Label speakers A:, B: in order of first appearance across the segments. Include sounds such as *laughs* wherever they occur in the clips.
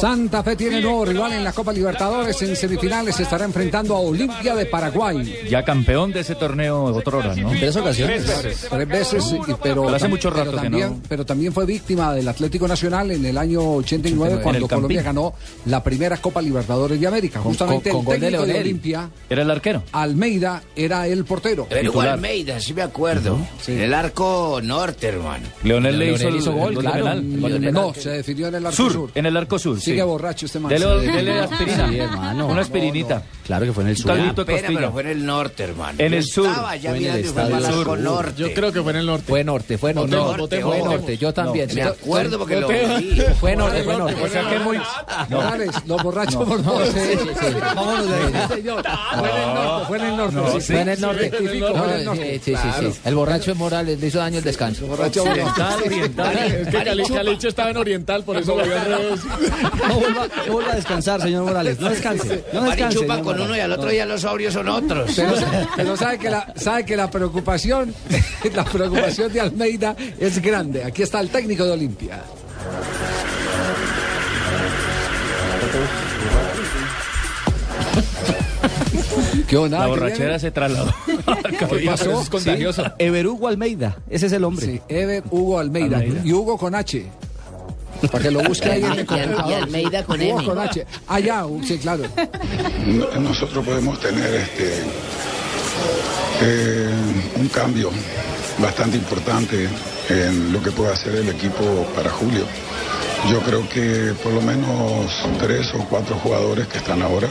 A: Santa Fe tiene nuevo rival en la Copa Libertadores. En semifinales se estará enfrentando a Olimpia de Paraguay.
B: Ya campeón de ese torneo otra hora, ¿no?
C: Tres ocasiones.
A: Tres veces, tres veces, y- pero,
B: Pero hace
A: tam-
B: mucho rato
A: pero
B: que
A: también,
B: no.
A: pero también fue víctima del Atlético Nacional en el año 89
B: En
A: cuando
B: el Campín.
A: Colombia ganó la primera Copa Libertadores de América. Justamente
C: con- con gol
A: el
C: de
A: técnico de,
C: Leonel.
A: Olimpia,
B: Era el arquero.
A: Almeida, era el portero.
D: Pero
B: Titular.
D: Almeida, sí me acuerdo. En el arco norte, hermano.
B: Leonel, le
C: Leonel
B: hizo, el-
C: hizo
B: el
C: gol,
B: de
C: claro.
B: penal.
C: El
B: Gol de penal.
A: No, se definió en el arco
B: Sur,
A: sur.
B: en el arco sur.
A: Sigue
B: sí.
A: borracho este man.
B: Dele,
A: Sí.
B: dele aspirina.
C: Sí, hermano.
B: Una
C: No,
B: aspirinita.
C: Claro que fue en el
B: Un
C: sur.
B: tablito de
D: Pena,
B: costilla.
D: pero fue en el norte, hermano.
B: En
D: Yo
B: el sur.
D: Estaba ya
C: Fue en el
D: mirando y fue
C: estadio
D: al arco
C: sur.
D: norte.
E: Yo creo que fue en el norte.
C: Fue norte, fue norte.
E: Votemos,
C: Fue
E: votemos,
C: norte,
E: votemos.
C: yo también.
D: Me acuerdo porque lo
C: Fue-
D: vi.
C: Fue norte, fue norte.
B: O sea que muy...
A: Morales, los borrachos por favor. Vámonos de ahí. Fue en el norte, fue en el norte. sí,
C: Fue en el norte.
A: Rectifico, fue en el
C: No,
A: norte.
C: Sí, sí, sí, sí. El borracho de Morales le hizo daño el descanso.
A: Borracho, borracho.
E: Es que Cali- Caliche estaba en oriental, por eso lo vi al revés.
F: No vuelva, no vuelva a descansar, señor Morales. No descanse. No
D: Mari
F: descanse.
D: chupa
F: señor
D: con uno y
F: Morales.
D: al otro día los sobrios son otros.
A: Pero, pero sabe que la sabe que la preocupación *laughs* la preocupación de Almeida es grande. Aquí está el técnico de Olimpia. ¿Qué onda?
B: La
A: ¿Qué
B: borrachera
A: viene?
B: se trasladó. *laughs* ¿Qué
A: pasó?
B: Es contagioso.
F: Ever Hugo Almeida. Ese es el hombre.
A: Sí, Ever Hugo Almeida.
B: Almeida.
A: Y Hugo con H. Para que lo busque ahí en el computador.
G: Almeida con
A: Hugo
G: M.
A: con H. Allá, sí, claro.
H: No- Nosotros podemos tener este, eh, un cambio bastante importante en lo que puede hacer el equipo para julio. Yo creo que por lo menos tres o cuatro jugadores que están ahora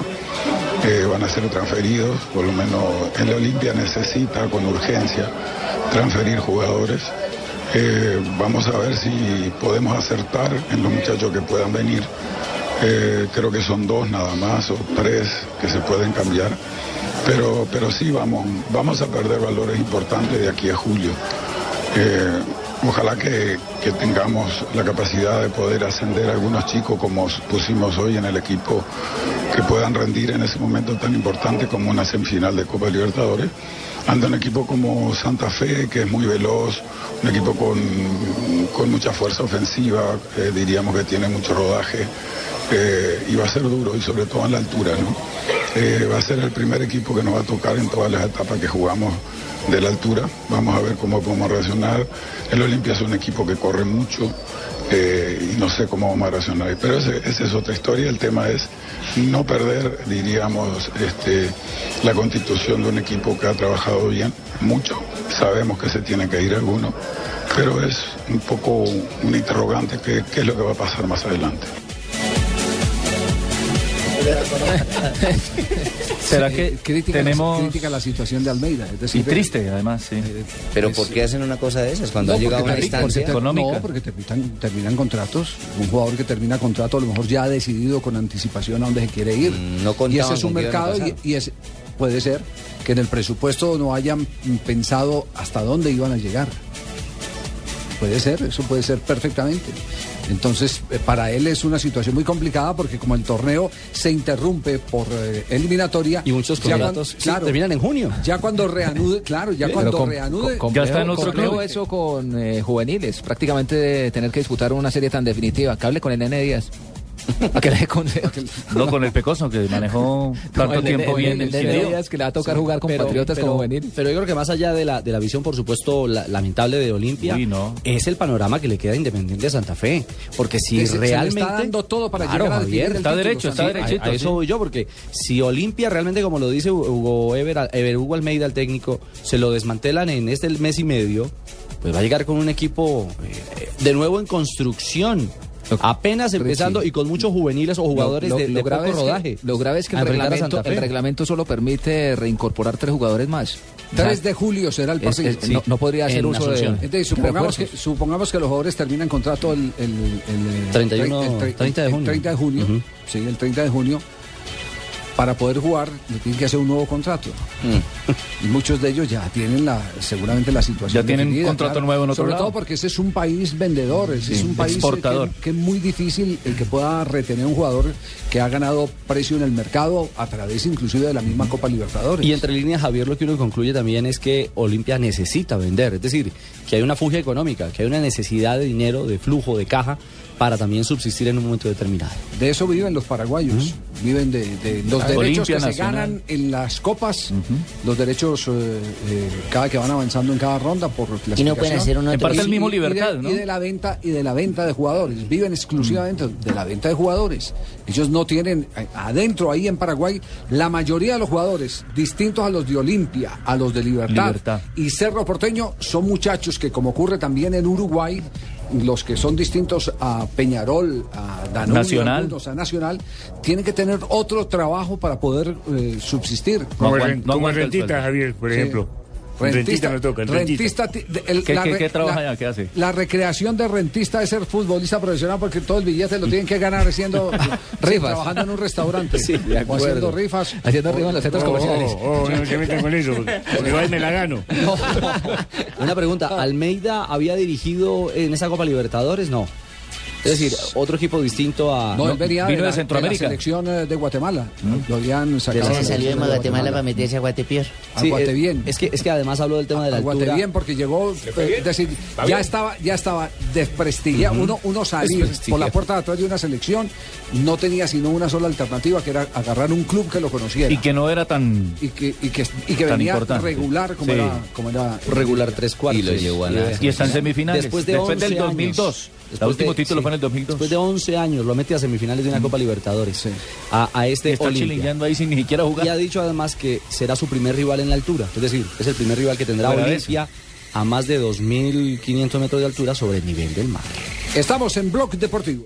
H: eh, van a ser transferidos, por lo menos en la Olimpia necesita con urgencia transferir jugadores. Eh, vamos a ver si podemos acertar en los muchachos que puedan venir. Eh, creo que son dos nada más o tres que se pueden cambiar. Pero, pero sí, vamos, vamos a perder valores importantes de aquí a julio. Eh, ojalá que, que tengamos la capacidad de poder ascender a algunos chicos como s- pusimos hoy en el equipo, que puedan rendir en ese momento tan importante como una semifinal de Copa Libertadores. Anda un equipo como Santa Fe, que es muy veloz, un equipo con, con mucha fuerza ofensiva, eh, diríamos que tiene mucho rodaje, eh, y va a ser duro, y sobre todo en la altura, ¿no? Eh, va a ser el primer equipo que nos va a tocar en todas las etapas que jugamos de la altura. Vamos a ver cómo podemos reaccionar. El Olimpia es un equipo que corre mucho eh, y no sé cómo vamos a reaccionar. Pero ese- esa es otra historia. El tema es no perder, diríamos, este, la constitución de un equipo que ha trabajado bien, mucho. Sabemos que se tiene que ir alguno, pero es un poco un interrogante que qué es lo que va a pasar más adelante.
B: ¿Será
A: Eh,
B: que
A: crítica la-
B: tenemos...
A: crítica la situación de Almeida? Es decir,
B: Y triste, además, sí.
C: Pero ¿por qué hacen una cosa de esas? Cuando ha llegado a una
A: porque te- porque
C: instancia.
A: te-
B: económica.
A: No, porque terminan, terminan contratos. Un jugador que termina contrato a lo mejor ya ha decidido con anticipación a dónde se quiere ir.
C: Mm, no
A: y
C: contaban
A: ese es un
C: con que iban a
A: mercado y,
C: pasar.
A: y es, puede ser que en el presupuesto no hayan mm, pensado hasta dónde iban a llegar. Puede ser, eso puede ser perfectamente. Entonces, eh, para él es una situación muy complicada porque como el torneo se interrumpe por eh, eliminatoria...
F: Y muchos
A: ya cuan-
F: contratos sí,
A: claro,
F: terminan en junio.
A: ya cuando reanude, claro, ya
F: Pero
A: cuando
F: con-
A: reanude...
F: con-
B: Ya está en
F: con-
B: otro
F: con-
B: club.
F: eso con eh, juveniles. Prácticamente de tener que disputar una serie tan definitiva. Que hable con el Nene Díaz. *laughs* A que le dé consejo.
B: No, con el Pecoso, que manejó tanto
F: El Nene-
B: tiempo bien
F: el,
B: el
F: Nene
B: sitio.
F: Díaz que le va a tocar jugar con patriotas como juvenil. juveniles.
G: pero yo creo que más allá de la, de la visión, por supuesto, la- lamentable de Olimpia,
B: Uy, no.
G: es el panorama que le queda a Independiente de Santa Fe. Porque si
F: Pues,
A: Se- se le está
G: realmente.
A: dando todo para llegar a definir el
B: está
A: título,
B: derecho, está
A: Santiago.
B: derecho. derechito,
G: A, a eso
B: sí.
G: voy yo, porque si Olimpia realmente, como lo dice Hugo Ever, Ever Hugo Almeida, el técnico, se lo desmantelan en este mes y medio, pues va a llegar con un equipo eh, de nuevo en construcción. Apenas empezando y con muchos juveniles o jugadores
F: Lo- lo-
G: de,
F: lo
G: de
F: grave
G: poco
F: es que-
G: rodaje.
F: lo grave es que
G: A
F: el
G: enfrentar a
F: reglamento,
G: Santa
F: el
G: Fe.
F: reglamento solo permite reincorporar tres jugadores más. O sea,
A: 3 de julio será el
F: es-
A: partido.
F: es- no, no podría hacer
G: En
F: uso de,
G: Asunción.
A: Entonces,
F: de
A: supongamos que,
F: refuerzos.
A: supongamos que los jugadores terminan contrato el, el, el- el
G: 31
A: tre- el
G: 30 de junio.
A: 30 de junio.
G: Ujú.
A: Sí, el 30 de junio. Para poder jugar, le tienen que hacer un nuevo contrato. *laughs* Y muchos de ellos ya tienen la, seguramente la situación.
B: Mm. Ya tienen
A: definida,
B: contrato nuevo en otro
A: Sobre
B: lado.
A: todo porque ese es un país vendedor, ese es
B: Sí,
A: un país eh,
B: exportador.
A: Que, que es muy difícil el que pueda retener un jugador que ha ganado precio en el mercado a través inclusive de la misma Copa Libertadores.
G: Y entre líneas, Javier, lo que uno concluye también es que Olimpia necesita vender, es decir, que hay una fuga económica, que hay una necesidad de dinero, de flujo, de caja, para también subsistir en un momento determinado.
A: De eso viven los paraguayos, viven de, de los
B: Ah,
A: derechos
B: Olimpia
A: que se
B: Nacional.
A: ganan en las copas, los derechos eh, eh, cada que van avanzando en cada ronda por la
D: Y no pueden hacer uno
B: En parte el mismo
A: y- y de-
B: Libertad,
A: y de,
B: ¿no?
A: la venta y de la venta de jugadores, viven exclusivamente de la venta de jugadores. Ellos no tienen eh, adentro ahí en Paraguay la mayoría de los jugadores distintos a los de Olimpia, a los de Libertad,
B: Libertad.
A: y Cerro Porteño son muchachos que como ocurre también en Uruguay los que son distintos a Peñarol, a Danubio,
B: Nacional.
A: algunos a Nacional, tienen que tener otro trabajo para poder eh, subsistir.
B: No
I: Como,
B: aguan-
I: ren-
B: no
I: como
B: aguanta el
I: rentista,
B: sueldo.
I: Javier, por ejemplo. Rentista, me toca, el rentista.
A: rentista ti- de- el-
B: ¿Qué-
A: la
B: qué-
A: re-
B: qué trabaja
A: la-
B: allá? ¿Qué hace?
A: La recreación de rentista es ser futbolista profesional porque todo el billete lo tienen que ganar haciendo rifas,
F: Rifas.
A: trabajando en un restaurante
G: Sí, de
A: o
G: acuerdo.
A: haciendo rifas.
F: Haciendo arriba en los centros
I: Oh,
F: comerciales.
I: oh, oh, no se metan con eso, porque porque va y me la gano.
G: Una pregunta, ¿Almeida había dirigido en esa Copa Libertadores? No. Es decir, otro equipo distinto a...
A: No, él venía
B: vino
A: de, la,
B: de
A: la
B: Centroamérica.
A: selección eh, de Guatemala. Lo habían sacado.
D: Entonces
A: la
D: se salió de
A: selección
D: Guatemala para meterse a Guatepior.
G: Sí,
A: Aguate
G: eh,
A: bien.
G: Es que, es que además habló del tema de la
A: Aguate
G: altura.
A: bien porque llegó, eh, es decir, ya estaba, ya estaba desprestigiado. Uno, uno salir por la puerta de atrás de una selección no tenía sino una sola alternativa que era agarrar un club que lo conociera
B: Y que no era tan...
A: y que, y que, y que
B: Tan
A: venía
B: importante.
A: regular como
B: Sí.
A: era, como era
G: Regular tres cuartos.
C: Y lo llevó a la-
B: Y está en semifinales.
G: Después, de
B: Después del
G: 11 años.
B: 2002. El
G: Después
B: último
G: de-
B: título
G: sí.
B: fue en el 2002.
G: Después de 11 años lo mete a semifinales de una Copa Libertadores. A, a
B: Y
G: este
B: está
G: Olimpia.
B: chilingueando ahí sin ni siquiera
G: Y ha
B: jugar.
G: dicho además que será su primer rival en la altura. Es decir, es el primer rival que tendrá
B: Fuera de
G: Olimpia a más de 2.500 metros de altura sobre el nivel del mar.
A: Estamos en Blog Deportivo.